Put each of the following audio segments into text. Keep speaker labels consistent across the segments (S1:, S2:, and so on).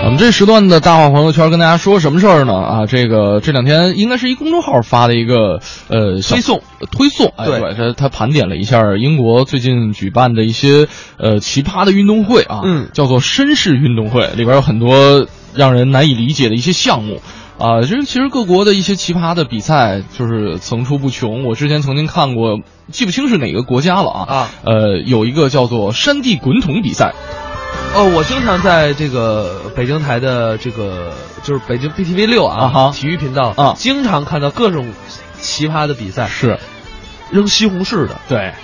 S1: 我们这时段的大话朋友圈跟大家说什么事儿呢？啊，这个这两天应该是一公众号发的一个呃小
S2: 推送
S1: 呃推送，哎，
S2: 对
S1: 对，他他盘点了一下英国最近举办的一些呃奇葩的运动会啊，
S2: 嗯
S1: 叫做绅士运动会，里边有很多让人难以理解的一些项目。啊，这其实各国的一些奇葩的比赛就是层出不穷。我之前曾经看过，记不清是哪个国家了啊。
S2: 啊
S1: 呃，有一个叫做山地滚筒比赛，
S2: 哦，我经常在这个北京台的这个就是北京 BTV 六
S1: 啊
S2: 啊
S1: 哈
S2: 体育频道
S1: 啊
S2: 经常看到各种奇葩的比赛，
S1: 是
S2: 扔西红柿的、
S1: 对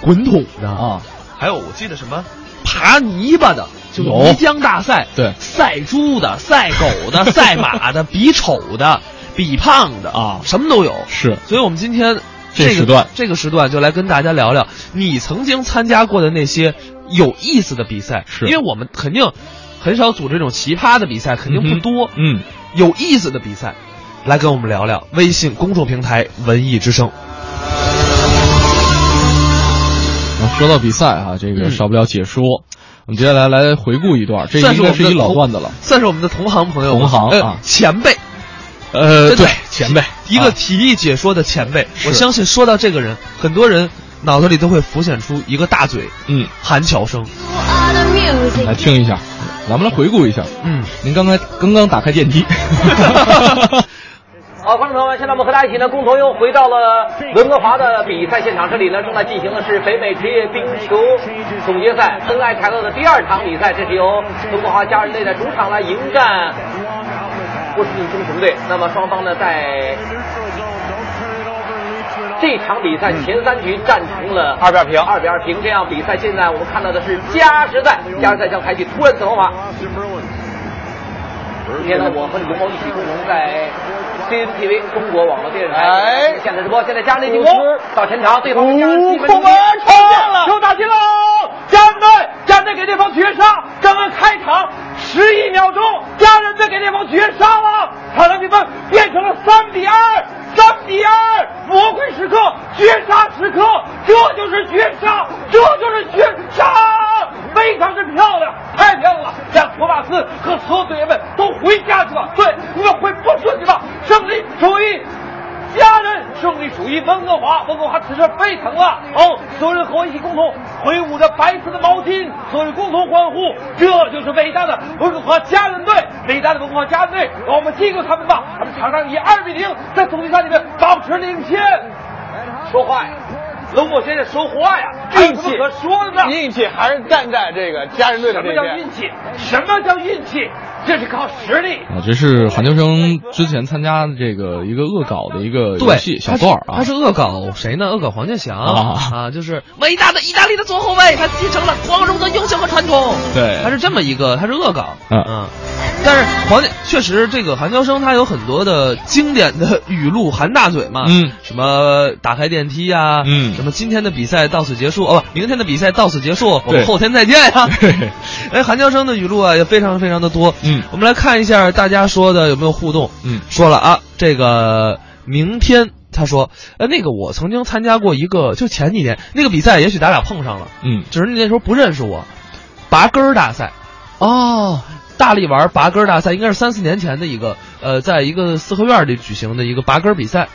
S2: 滚筒的，
S1: 啊，
S2: 还有我记得什么爬泥巴的，就是
S1: 有
S2: 泥浆大赛，
S1: 对
S2: 赛猪的、赛 狗的、赛马的、比丑的、比胖的
S1: 啊
S2: 什么都有。
S1: 是
S2: 所以我们今天
S1: 这
S2: 个
S1: 时段
S2: 这个时段就来跟大家聊聊你曾经参加过的那些有意思的比赛，
S1: 是
S2: 因为我们肯定很少组织这种奇葩的比赛，肯定不多。
S1: 嗯，
S2: 有意思的比赛，来跟我们聊聊。微信公众平台“文艺之声
S1: 啊说到比赛啊，这个
S2: 嗯
S1: 少不了解说。我们接下来来回顾一段，”，这
S2: 算
S1: 应
S2: 是我
S1: 该
S2: 们
S1: 是
S2: 的
S1: 一老
S2: 同
S1: 段子了。，
S2: 算是我们的同行朋友吧，
S1: 同行
S2: 呃
S1: 啊
S2: 前辈。
S1: 呃，
S2: 真的
S1: 对，前辈，
S2: 一个
S1: 啊
S2: 体力解说的前辈。
S1: 是
S2: 我相信说到这个人，很多人脑子里都会浮现出一个大嘴，
S1: 嗯，
S2: 韩乔生。
S1: 来听一下，咱们来回顾一下。
S2: 嗯，
S1: 您刚才刚刚打开电 梯，
S3: 好，观众朋友们，现在我们和大家一起呢，共同又回到了温哥华的比赛现场。这里呢，正在进行的是北美职业冰球总决赛登爱凯勒的第二场比赛，这是由温哥华家人队在主场来迎战波士顿英雄队。那么双方呢，在这场比赛前三局战成了二比二平，二比二平。这样比赛现在我们看到的是加时赛，加时赛将采取突然死亡法。今天呢，我和李东鹏一起共同在 CCTV 中国网络电视台
S4: 哎
S3: 现在直播，现在加内进攻到前场，对方的加上积分
S4: 空门超变了
S3: 球打进喽！加人队，加人队给对方绝杀，刚刚开场十一秒钟，加人队给对方绝杀了，场上比分变成了三比二，三比二，魔鬼时刻，绝杀时刻，这就是绝杀，这就是绝杀，非常之漂亮，太漂亮了！让托马斯和所有队员们都回家去吧，对，你们回波士顿去吧，胜利属于家人胜利属于温哥华，温哥华此时沸腾了！哦，所有人和我一起共同挥舞着白色的毛巾，所有人共同欢呼，这就是伟大的温哥华家人队，伟大的温哥华家人队！让我们记住他们吧，他们场上以二比零在总决赛里面保持领先。说话呀，龙某先生说话呀，这有什么可说的呢？
S4: 运气还是站在这个家人队的
S3: 什
S4: 这
S3: 么叫运
S4: 边。
S3: 气？什么叫运气？这是靠实力。
S1: 啊，这是韩秋生之前参加的这个一个恶搞的一个游
S2: 对，
S1: 戏小
S2: 他是
S1: 段儿啊，
S2: 他是恶搞谁呢？恶搞黄健翔
S1: 啊
S2: 就是伟大的意大利的左后卫，他继承了光荣的优秀和传统。
S1: 对
S2: 他是这么一个，他是恶搞。
S1: 嗯
S2: 但是黄健确实，这个韩乔生他有很多的经典的语录，韩大嘴嘛，
S1: 嗯
S2: 什么打开电梯呀、
S1: 嗯
S2: 什么今天的比赛到此结束，哦，明天的比赛到此结束，我
S1: 对
S2: 们后天再见呀、
S1: 对
S2: 哎，韩乔生的语录啊也非常非常的多。
S1: 嗯
S2: 我们来看一下大家说的有没有互动。
S1: 嗯
S2: 说了啊，这个明天他说，呃，那个我曾经参加过一个，就前几年那个比赛，也许咱俩碰上了，
S1: 嗯
S2: 只是你那时候不认识我，拔根儿大赛。哦，大力丸拔根儿大赛应该是三四年前的一个，呃，在一个四合院里举行的一个拔根儿比赛。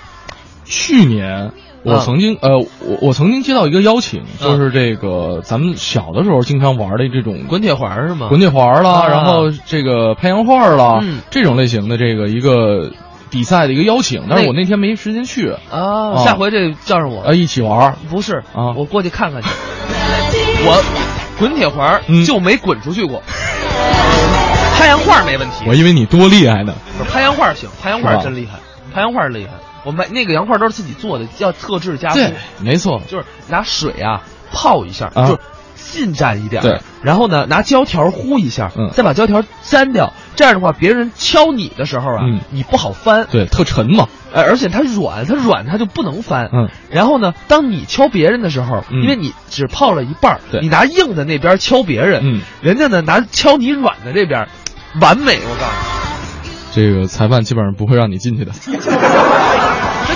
S1: 去年
S2: 嗯
S1: 我曾经、呃，我我曾经接到一个邀请，就是这个、咱们小的时候经常玩的这种
S2: 滚铁环儿是吗？
S1: 滚铁环啦，
S2: 啊
S1: 然后这个拍洋画啦、
S2: 嗯
S1: 这种类型的这个一个比赛的一个邀请，但是
S2: 那
S1: 我那天没时间去，啊、
S2: 啊，
S1: 哦
S2: 下回这叫上我。
S1: 一起玩。
S2: 不是
S1: 啊
S2: 我过去看 看去。我滚铁环儿
S1: 嗯
S2: 就没滚出 去过，拍洋画儿没问题。
S1: 我以为你多厉害呢，
S2: 不是拍洋画儿行，拍洋画
S1: 是
S2: 儿
S1: 吧
S2: 真厉害，拍洋画儿厉害。我买那个洋画儿都是自己做的，要特制加工
S1: 对，，没错，
S2: 就是拿水啊泡一下，
S1: 啊
S2: 就是浸沾一点，
S1: 对，
S2: 然后呢拿胶条糊一下，
S1: 嗯
S2: 再把胶条粘掉。这样的话，别人敲你的时候啊，
S1: 嗯
S2: 你不好翻，
S1: 对，特沉嘛，
S2: 呃，而且它软，它软它就不能翻。
S1: 嗯，
S2: 然后呢，当你敲别人的时候，
S1: 嗯
S2: 因为你只泡了一半儿
S1: 对
S2: 你拿硬的那边儿敲别人，
S1: 嗯
S2: 人家呢拿敲你软的这边儿，完美，我告诉
S1: 这个裁判基本上不会让你进去的。
S2: 你，真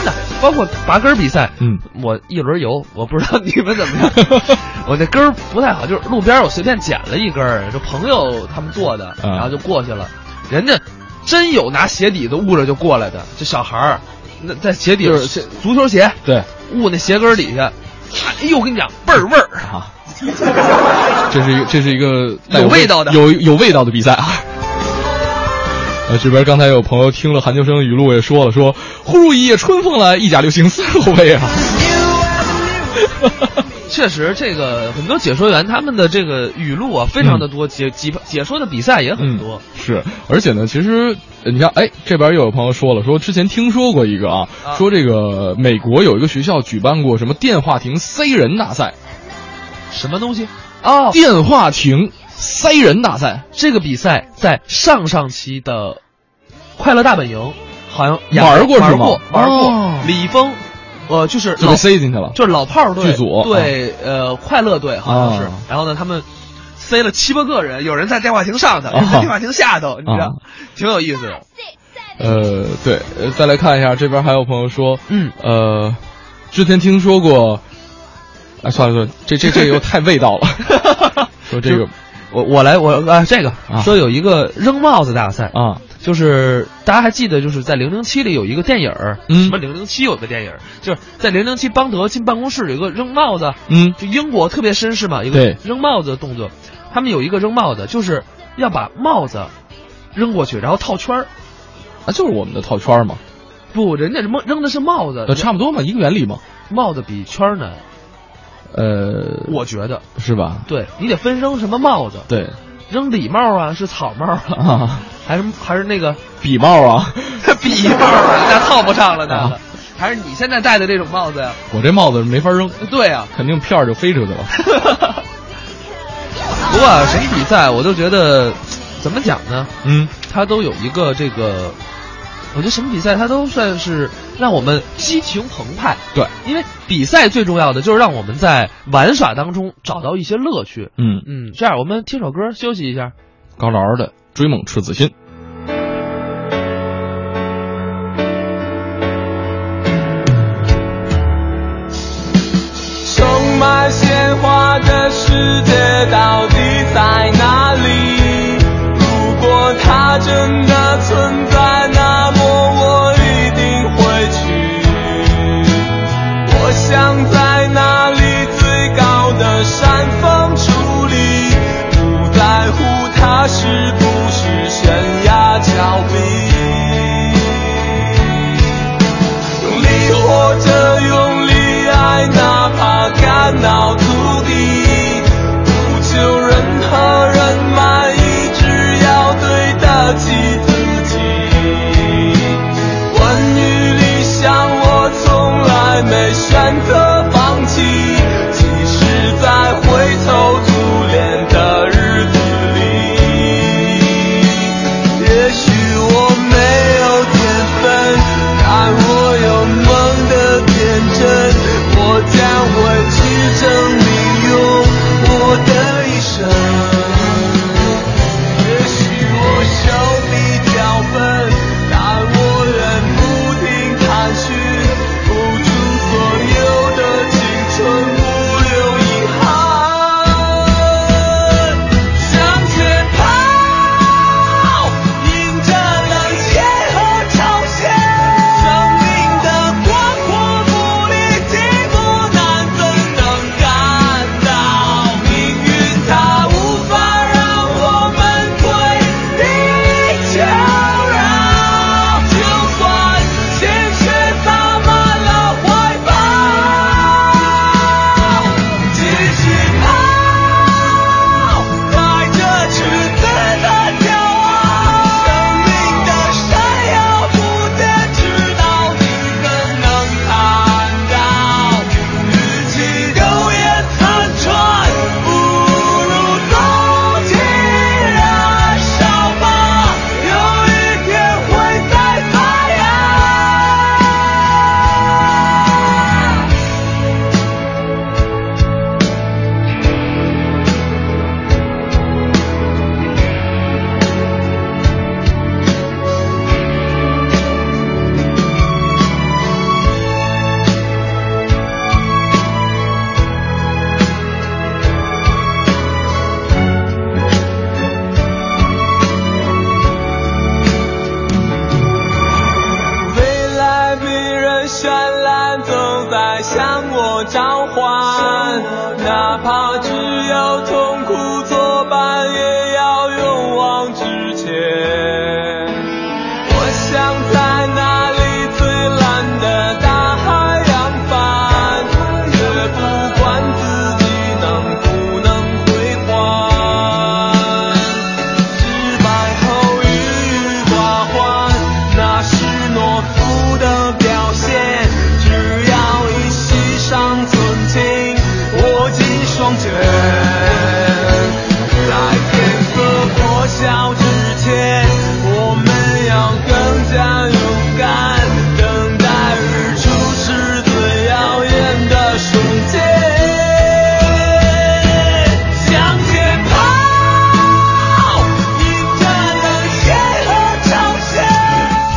S2: 的，包括拔根儿比赛，
S1: 嗯，
S2: 我一轮游，我不知道你们怎么 样，我那根儿不太好，就是路边儿我随便捡了一根儿，就朋友他们做的，
S1: 嗯
S2: 然后就过去了，人家真有拿鞋底子捂着就过来的，这小孩儿，那在鞋底
S1: 就
S2: 子
S1: 是
S2: 足球鞋，
S1: 对，
S2: 捂那鞋跟儿底下，哎呦，我跟你讲倍儿味儿。
S1: 啊， 这是一个这是一个带
S2: 有味道的
S1: 有有味道的比赛啊。呃，这边刚才有朋友听了韩秋生的语录，也说了说，忽如一夜春风来，意甲流行三后卫 啊。嗯
S2: 确实，这个很多解说员他们的这个语录啊，非常的
S1: 嗯
S2: 多，解解解说的比赛也很多。
S1: 是，而且呢，其实呃你看，哎，这边又有朋友说了，说之前听说过一个啊，
S2: 啊
S1: 说这个美国有一个学校举办过什么电话亭塞人大赛，
S2: 什么东西？哦，
S1: 电话亭塞人大赛，
S2: 这个比赛在上上期的《快乐大本营》好像演
S1: 玩过
S2: 过
S1: 是吗
S2: 玩过，
S1: 哦
S2: 李易峰，呃，就是
S1: 就
S2: 老
S1: 被塞进去了。
S2: 就是老炮儿队
S1: 剧组
S2: 对，呃，快乐队好像是。
S1: 啊
S2: 然后呢，他们塞了七八个人，有人在电话亭上头，有人在
S1: 啊
S2: 电话亭下头，你知道，
S1: 啊
S2: 挺有意思的。
S1: 呃，对，呃再来看一下，这边还有朋友说，
S2: 嗯，
S1: 呃，之前听说过，哎，算了算了，这这这 又太味道了。说这个
S2: 我我来我啊，嗯这个、
S1: 啊
S2: 说有一个扔帽子大赛，
S1: 啊，
S2: 就是大家还记得，就是在《零零七》里有一个电影儿，
S1: 嗯
S2: 什么《零零七》有个电影儿，就是在《零零七》邦德进办公室有一个扔帽子，
S1: 嗯
S2: 就英国特别绅士嘛，有
S1: 对
S2: 个扔帽子的动作，他们有一个扔帽子，就是要把帽子扔过去，然后套圈儿。
S1: 啊，就是我们的套圈嘛，
S2: 不，人家扔扔的是帽子
S1: 呃，，差不多嘛，一个原理嘛，
S2: 帽子比圈儿难，
S1: 呃，
S2: 我觉得。
S1: 是吧？
S2: 对你得分扔什么帽子，
S1: 对
S2: 扔礼帽啊，是草帽啊，
S1: 啊，
S2: 还是还是那个
S1: 笔帽啊，
S2: 笔帽啊，那套不上了那个
S1: 啊，
S2: 还是你现在戴的这种帽子呀？
S1: 我这帽子没法扔，
S2: 对啊呀、
S1: 肯定片儿就飞出 去了。
S2: 不过啊，什么比赛我都觉得，怎么讲呢？
S1: 嗯，
S2: 它都有一个这个，我觉得什么比赛它都算是让我们激情澎湃。
S1: 对，
S2: 因为比赛最重要的就是让我们在玩耍当中找到一些乐趣。
S1: 嗯，
S2: 嗯，这样我们听首歌休息一下。
S1: 高老师的《追梦赤子心》。
S5: 充满鲜花的世界到底在哪里？如果它真的存在，那么我一定会去。我想在那里最高的山峰矗立，不在乎它是不是悬崖峭壁。用力活着，用力爱，哪怕肝脑涂地，不求任何人满意，只要对得起自己。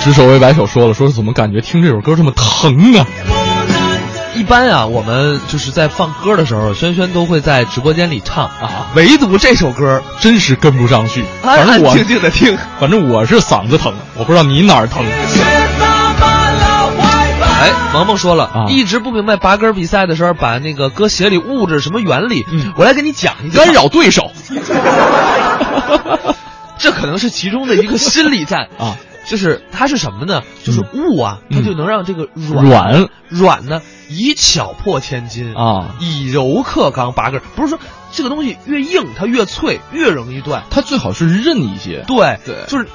S1: 执手为白手说了，说怎么感觉听这首歌这么疼啊？
S2: 一般啊，我们就是在放歌的时候，轩轩都会在直播间里唱
S1: 啊，
S2: 唯独这首歌，
S1: 真是跟不上去。
S2: 安
S1: 反
S2: 啊安
S1: 正我
S2: 静静的听。
S1: 反正我是嗓子疼，我不知道你哪儿 疼。
S2: 哎，萌萌说了，
S1: 啊
S2: 一直不明白拔根比赛的时候把那个搁鞋里捂着什么原理，
S1: 嗯
S2: 我来给你讲一讲。
S1: 干扰对手
S2: 这可能是其中的一个心理战
S1: 啊，
S2: 就是它是什么呢？就是雾啊，
S1: 嗯
S2: 它就能让这个软
S1: 软
S2: 软呢以巧破千金，
S1: 啊，
S2: 以柔克刚，拔根儿不是说这个东西越硬它越脆，越容易断。
S1: 他最好是韧一些。
S2: 对
S1: 对
S2: 就是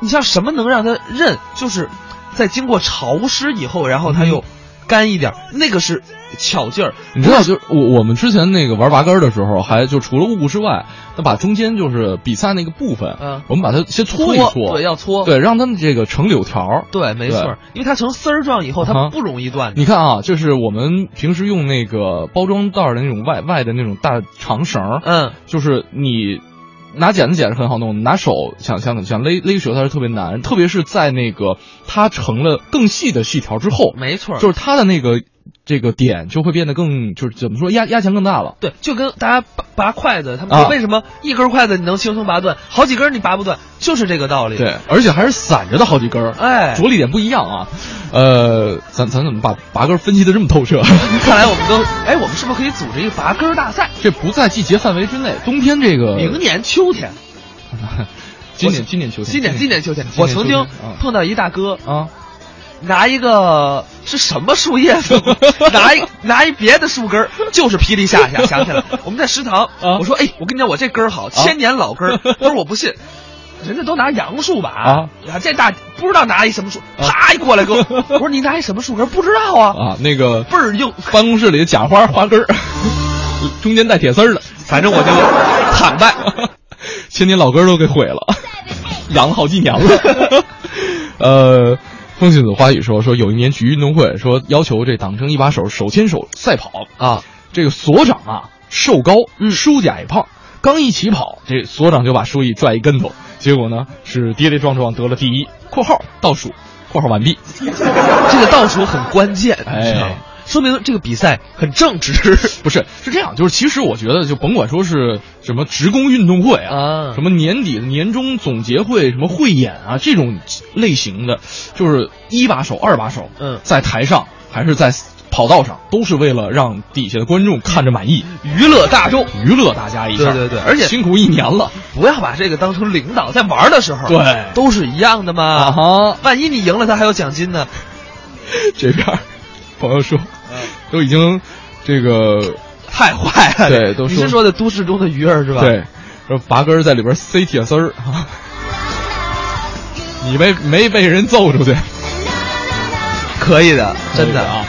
S2: 你像什么能让它韧，就是在经过潮湿以后，然后它又干一点儿，那个是巧劲儿。
S1: 嗯你知道，就是我我们之前那个玩拔根儿的时候，还就除了雾之外，那把中间就是比赛那个部分，
S2: 嗯
S1: 我们把它先搓一搓，
S2: 对，要搓，
S1: 对，让它们这个成柳条儿。
S2: 对，没
S1: 对
S2: 错儿，因为它成丝儿状以后，
S1: 啊哈
S2: 它不容易断的。
S1: 你看啊，就是我们平时用那个包装袋儿的那种外外的那种大长绳儿，
S2: 嗯，
S1: 就是你拿剪子剪是很好弄，拿手想想想勒勒舌它是特别难，特别是在那个它成了更细的细条之后，
S2: 没错儿，
S1: 就是它的那个这个点就会变得更就是怎么说压压强更大了。
S2: 对，就跟大家拔拔筷子，他们说
S1: 啊
S2: 为什么一根筷子你能轻松拔断，好几根你拔不断，就是这个道理。，
S1: 对，而且还是散着的好几根儿，
S2: 哎
S1: 着力点不一样啊。呃，咱咱怎么把拔根儿分析的这么透彻？
S2: 看来我们都，哎，我们是不是可以组织一个拔根儿大赛？
S1: 这不在季节范围之内，冬天这个
S2: 明年秋天，
S1: 今年今年秋天，
S2: 今年今年秋天，
S1: 今
S2: 我曾经
S1: 秋天嗯
S2: 碰到一大哥，
S1: 啊啊
S2: 拿一个是什么 树叶子，拿一拿一别的树根儿，就是霹雳下 下，想起来了，我们在食堂，
S1: 啊
S2: 我说，哎，我跟你讲，我这根儿好，千年老根 儿，他说我不信。人家都拿杨树吧
S1: 啊，
S2: 这大不知道拿一什么树，啪一过来给我， 我说你拿一什么树根儿？不知道啊，
S1: 啊那个
S2: 倍儿硬。
S1: 办公室里的假花花根儿，中间带铁丝儿的，
S2: 反正我就
S1: 坦 白，千年老根儿都给毁了，养了好几年了。 呃，风信子花语说说有一年局运动会说要求这党争一把手手牵手赛跑
S2: 啊，
S1: 这个所长啊瘦高，
S2: 嗯
S1: 书记矮胖，刚一起跑，这所长就把书记拽一跟头，结果呢是跌跌撞撞得了第一（括号倒数）。括号完毕。
S2: 这个倒数很关键，你知道吗
S1: 哎？
S2: 说明这个比赛很 正直
S1: 不是，是这样，就是其实我觉得，就甭管说是什么职工运动会
S2: 啊
S1: 什么年底的年终总结会、什么汇演啊这种类型的，就是一把手、二把手，
S2: 嗯
S1: 在台上还是在跑道上，都是为了让底下的观众看着满意，
S2: 娱乐大众。
S1: 娱乐大家一下。
S2: 对对对而且
S1: 辛苦一年了
S2: 不要把这个当成领导，在玩的时候，
S1: 对
S2: 都是一样的嘛。
S1: 啊哈！
S2: 万一你赢了，他还有奖金呢。
S1: 这边儿朋友说，
S2: 嗯
S1: 都已经这个
S2: 太坏了，
S1: 对都
S2: 你
S1: 说
S2: 是说的都市中的鱼儿是吧？，
S1: 对，说拔根儿在里边塞铁丝儿， 你没没被人揍出去？
S2: 可以的，真
S1: 可以
S2: 的
S1: 啊。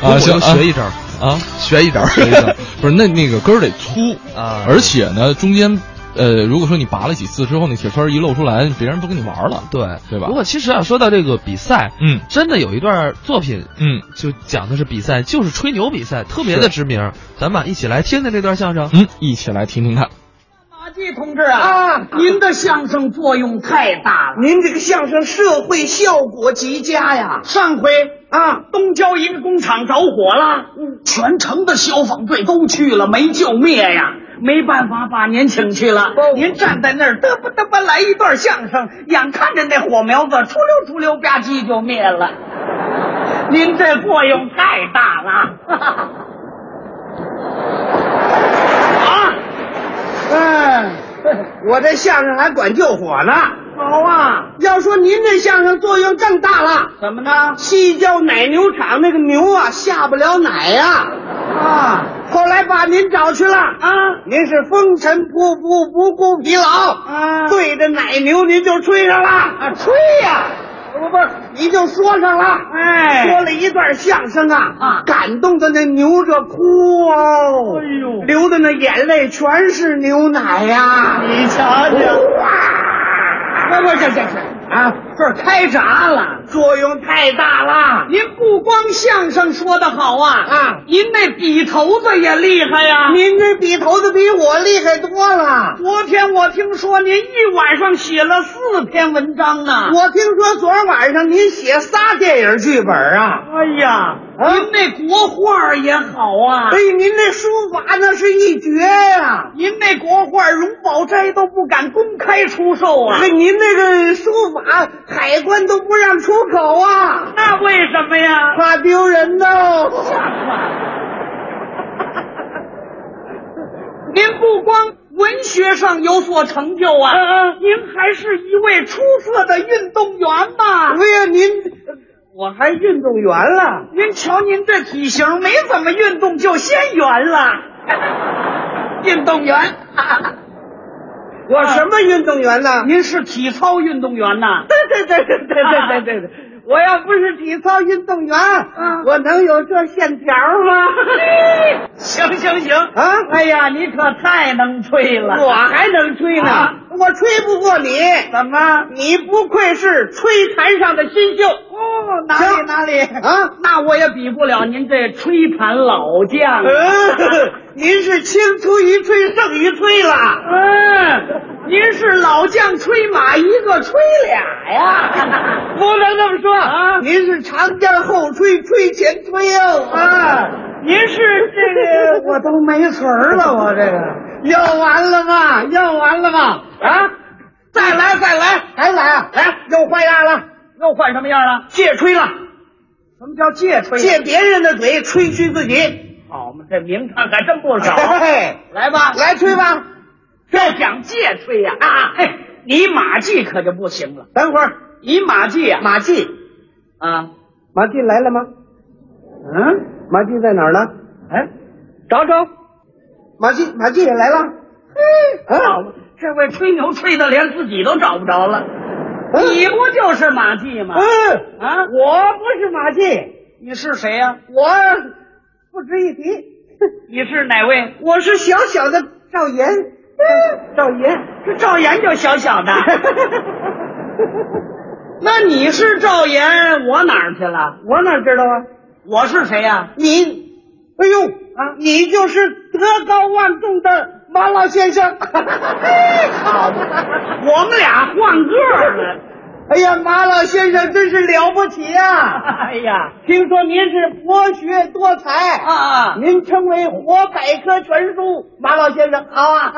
S2: 啊，
S1: 啊，
S2: 行
S1: 行，，啊
S2: 学一招儿，
S1: 啊，
S2: 学一招儿，
S1: 学一 招，不是那那个根儿得粗
S2: 啊
S1: 而且呢中间。呃，如果说你拔了几次之后，那铁丝儿一露出来，别人不跟你玩了。
S2: 对
S1: 对吧
S2: 不过其实啊，说到这个比赛，
S1: 嗯
S2: 真的有一段作品，
S1: 嗯
S2: 就讲的是比赛，就是吹牛比赛，特别的知名。咱们啊一起来听听这段相声。
S1: 嗯，一起来听听看。
S3: 马季同志啊，您的相声作用太大了，您这个相声社会效果极佳呀。上回啊，嗯东郊一个工厂着火了，全城的消防队都去了，没救灭呀。没办法，把您请去了。您站在那儿嘚吧嘚吧来一段相声，眼看着那火苗子出溜出溜吧唧就灭 了。您这作用太大 了。啊！嗯，我这相声还管救火呢。好啊，要说您这相声作用更大了。怎么呢？西郊奶牛场那个牛啊，下不了奶呀、啊。后来把您找去了啊，您是风尘仆仆不顾疲劳啊，对着奶牛您就吹上了啊，吹呀、不不，你就说上了，哎，说了一段相声啊，啊，感动的那牛这哭哦，哎呦，流的那眼泪全是牛奶呀、你瞧瞧，哇，不不，这这这。啊，这开闸了，作用太大了。您不光相声说得好啊，啊，您那笔头子也厉害呀、您这笔头子比我厉害多了。昨天我听说您一晚上写了四篇文章呢。我听说昨晚上您写仨电影剧本啊。哎呀，您那国画也好啊。哎，您那书法那是一绝呀、您那国画荣宝斋都不敢公开出售啊。您那个书法海关都不让出口啊。那为什么呀？怕丢人呐。您不光文学上有所成就啊，您还是一位出色的运动员呐。哎呀，您我还运动员了？您瞧您这体型，没怎么运动就先圆了。运动员， 我什么运动员呢？啊您是体操运动员呐？啊对对对对对对对对对。我要不是体操运动员，我能有这线条吗？ 行行行啊！哎呀，你可太能吹了，我还能吹呢，我吹不过你。怎么？你不愧是吹坛上的新秀哦，哪里哪里啊？那我也比不了您这吹坛老将。嗯， 您是青出于吹胜于吹了。嗯，您是老将吹马，一个吹俩呀。 不能这么说啊！您是长江后吹，吹前吹哦啊！您是这个，我都没词儿了，我这个要完了吧？要完了吧？啊！再来，再来，还来啊！来，又换样了，又换什么样了？借吹了。什么叫借吹？借别人的嘴吹嘘自己。好嘛，这名堂还真不少。来吧，来吹吧。这讲借吹呀啊！嘿，你马季可就不行了。等会儿，你马季啊，马季啊，马季来了吗？嗯，马季在哪儿呢？哎，找找，马季，马季也来了。啊嘿，好嘛，这位吹牛吹的连自己都找不着了。你不就是马季吗？嗯啊，我不是马季，你是谁呀、我不值一提。你是哪位？我是小小的赵岩。赵岩，这嗯赵岩就小小 的。那你是赵岩，我哪儿去了？我哪知道啊？我是谁呀、你，哎呦啊，你就是德高望重的马老先生。好的， 我们俩换个儿了。 哎呀，马老先生真是了不起 啊！哎呀，听说您是博学多才啊，您称为活百科全书，马老先生好啊！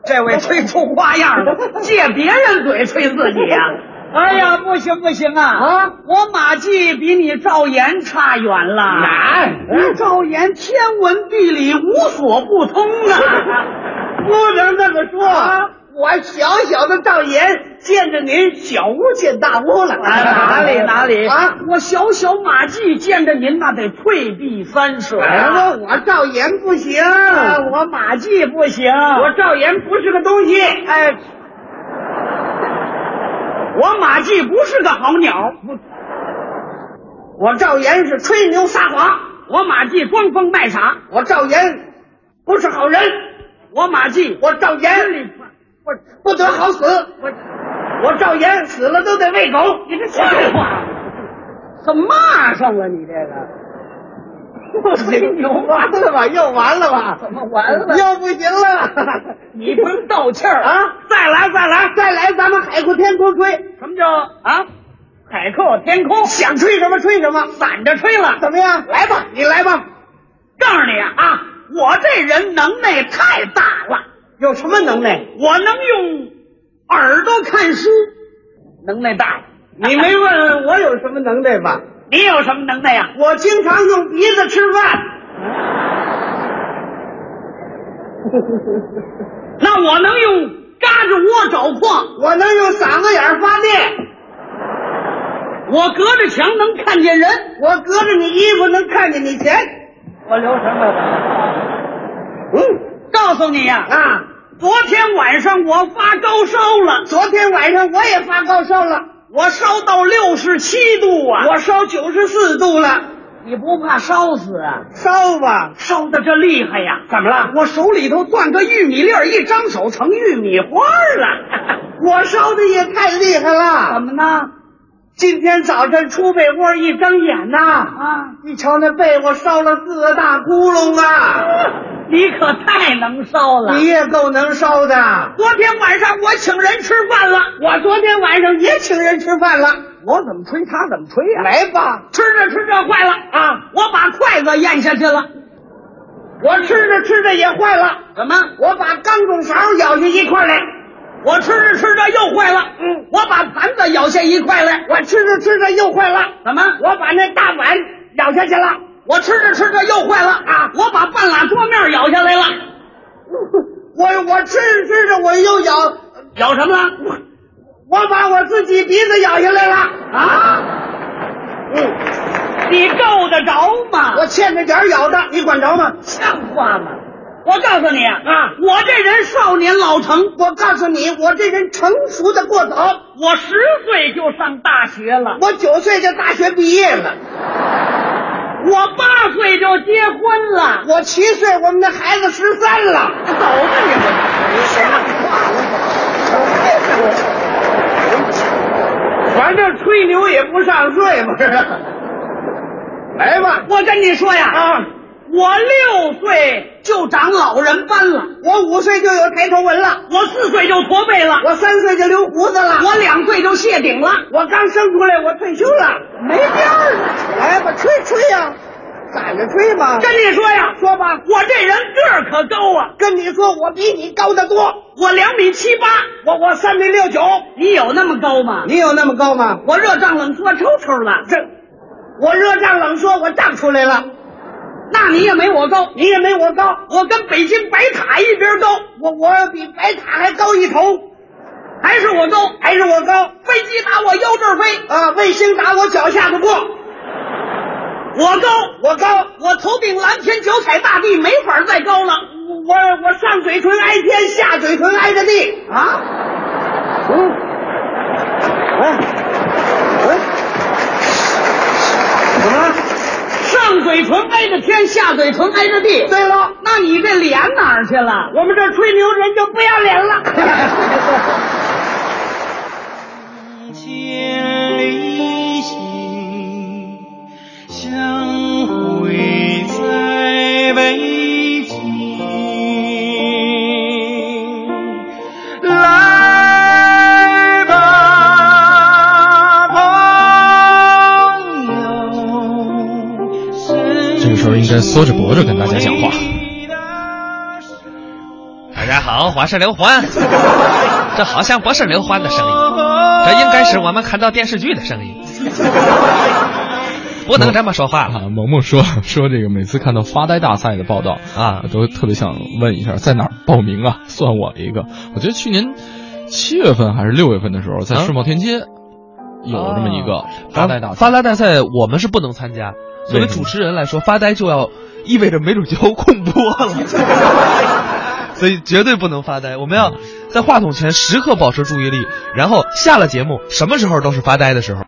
S3: 这位吹出花 样了，借别人嘴吹自己啊！哎呀，不行不行啊！啊，我马季比你赵岩差远了。哪？你赵岩天文地理无所不通啊！ 不能这么说啊！我小小的赵岩见着您小巫见大巫了。哪里哪里啊！我小小马季见着您那得退避三舍、啊。我赵岩不行、啊我马季不行，我赵岩不是个东西。哎。我马季不是个好鸟，我赵岩是吹牛撒谎，我马季装疯卖傻，我赵岩不是好人，我马季我赵岩里我不得好死，我我赵岩死了都得喂狗，你这废话，怎么骂上了你这个？ 不行， 牛完了吧？又完了吧？怎么完了？又不行了！ 你甭斗气儿啊！再来，再来，再来！咱们海阔天空吹。什么叫啊？海阔天空，想吹什么吹什么，散着吹了。怎么样？来吧，你来吧。告诉你啊，啊我这人能耐太大了。有什么能耐？我能用耳朵看书，能耐 大。你没问我有什么能耐吧？你有什么能耐啊呀、我经常用鼻子吃饭。 那我能用嘎吱窝找矿，我能用嗓子眼儿发电。我隔着墙能看见人，我隔着你衣服能看见你钱。我留什么？嗯，告诉你呀、啊，昨天晚上我发高烧了。昨天晚上我也发高烧了，我烧到六十七度啊，我烧九十四度了。你不怕烧死啊？烧吧，烧的这厉害呀！怎么了？我手里头攥 个玉米粒儿，一张手成玉米花儿了。我烧的也太厉害了。啊！怎么呢？今天早晨出被窝一睁眼呐，啊，一瞧那被窝烧了四个大窟窿啊！
S6: 你可太能烧了。
S3: 你也够能烧的。
S6: 昨天晚上我请人吃饭了，
S3: 我昨天晚上也请人吃饭了，我怎么吹他怎么吹呀、来吧，
S6: 吃着吃着坏了啊！我把筷子咽下去了，
S3: 我吃着吃着也坏了，
S6: 怎么？
S3: 我把钢种勺咬下一块来，
S6: 我吃着吃着又坏了，嗯，我把盘子咬下一块来，
S3: 我吃着吃着又坏了，
S6: 怎么？
S3: 我把那大碗咬下去了，
S6: 我吃着吃着又坏了啊！我把半拉桌面咬下来了，
S3: 我我吃着吃着我又咬，
S6: 咬什么了？
S3: 我把我自己鼻子咬下来了，哦
S6: 啊？嗯，你够得着吗？
S3: 我欠着点儿咬的，你管着吗？
S6: 像话啊吗？我告诉你啊，我这人少年老成，
S3: 我告诉你，我这人成熟的过早，
S6: 我十岁就上大学了，
S3: 我九岁就大学毕业了。
S6: 我八岁就结婚了。
S3: 我七岁，我们的孩子十三了。走吧你们！ 反正吹牛也不上税，不是？来吧，
S6: 我跟你说呀，啊，我六岁就长老人斑了，
S3: 我五岁就有抬头纹了，
S6: 我四岁就驼背了，
S3: 我三岁就留胡子了，
S6: 我两岁就谢顶了。
S3: 我刚生出来，我退休了，没边儿了。来吧，吹吹呀、攒着吹吧。
S6: 跟你说呀，
S3: 说吧，
S6: 我这人个儿可高啊，
S3: 跟你说，我比你高得多，
S6: 我两米七八，
S3: 我我三米六九，
S6: 你有那么高吗？
S3: 你有那么高吗？
S6: 我热胀冷缩抽抽了，
S3: 这，我热胀冷缩，我胀出来了，
S6: 那你也没我高，
S3: 你也没我高，
S6: 我跟北京白塔一边高，
S3: 我我比白塔还高一头，
S6: 还是我高，
S3: 还是我高
S6: 飞机打我腰这儿飞，
S3: 啊！卫星打我脚下不过，
S6: 我高，
S3: 我高，
S6: 我头顶蓝天脚踩大地，没法再高了。
S3: 我我上嘴唇挨天，下嘴唇挨着地啊！嗯，哎，哎，怎么了？
S6: 上嘴唇挨着天，下嘴唇挨着地。
S3: 对了，
S6: 那你这脸哪儿去了？
S3: 我们这吹牛人就不要脸了。
S5: 千里行，相会在北京。来吧，朋友，
S1: 这个时候应该缩着脖子跟大家讲话。
S2: 大家好，我是刘 欢，这好像不是刘欢的声音，这应该是我们看到电视剧的声音，不能这么说话了。
S1: 啊，萌萌说说这个，每次看到发呆大赛的报道
S2: 啊
S1: 都特别想问一下，在哪儿报名啊？算我一个。我觉得去年七月份还是六月份的时候，在
S2: 啊
S1: 世贸天阶有这么一个发呆大赛。
S2: 发呆大赛我们是不能参加，作为
S1: 为什么
S2: 主持人来说，发呆就要意味着没准就要空播了， 所以绝对不能发呆。我
S1: 嗯
S2: 们要在话筒前时刻保持注意力，然后下了节目，什么时候都是发呆的时候。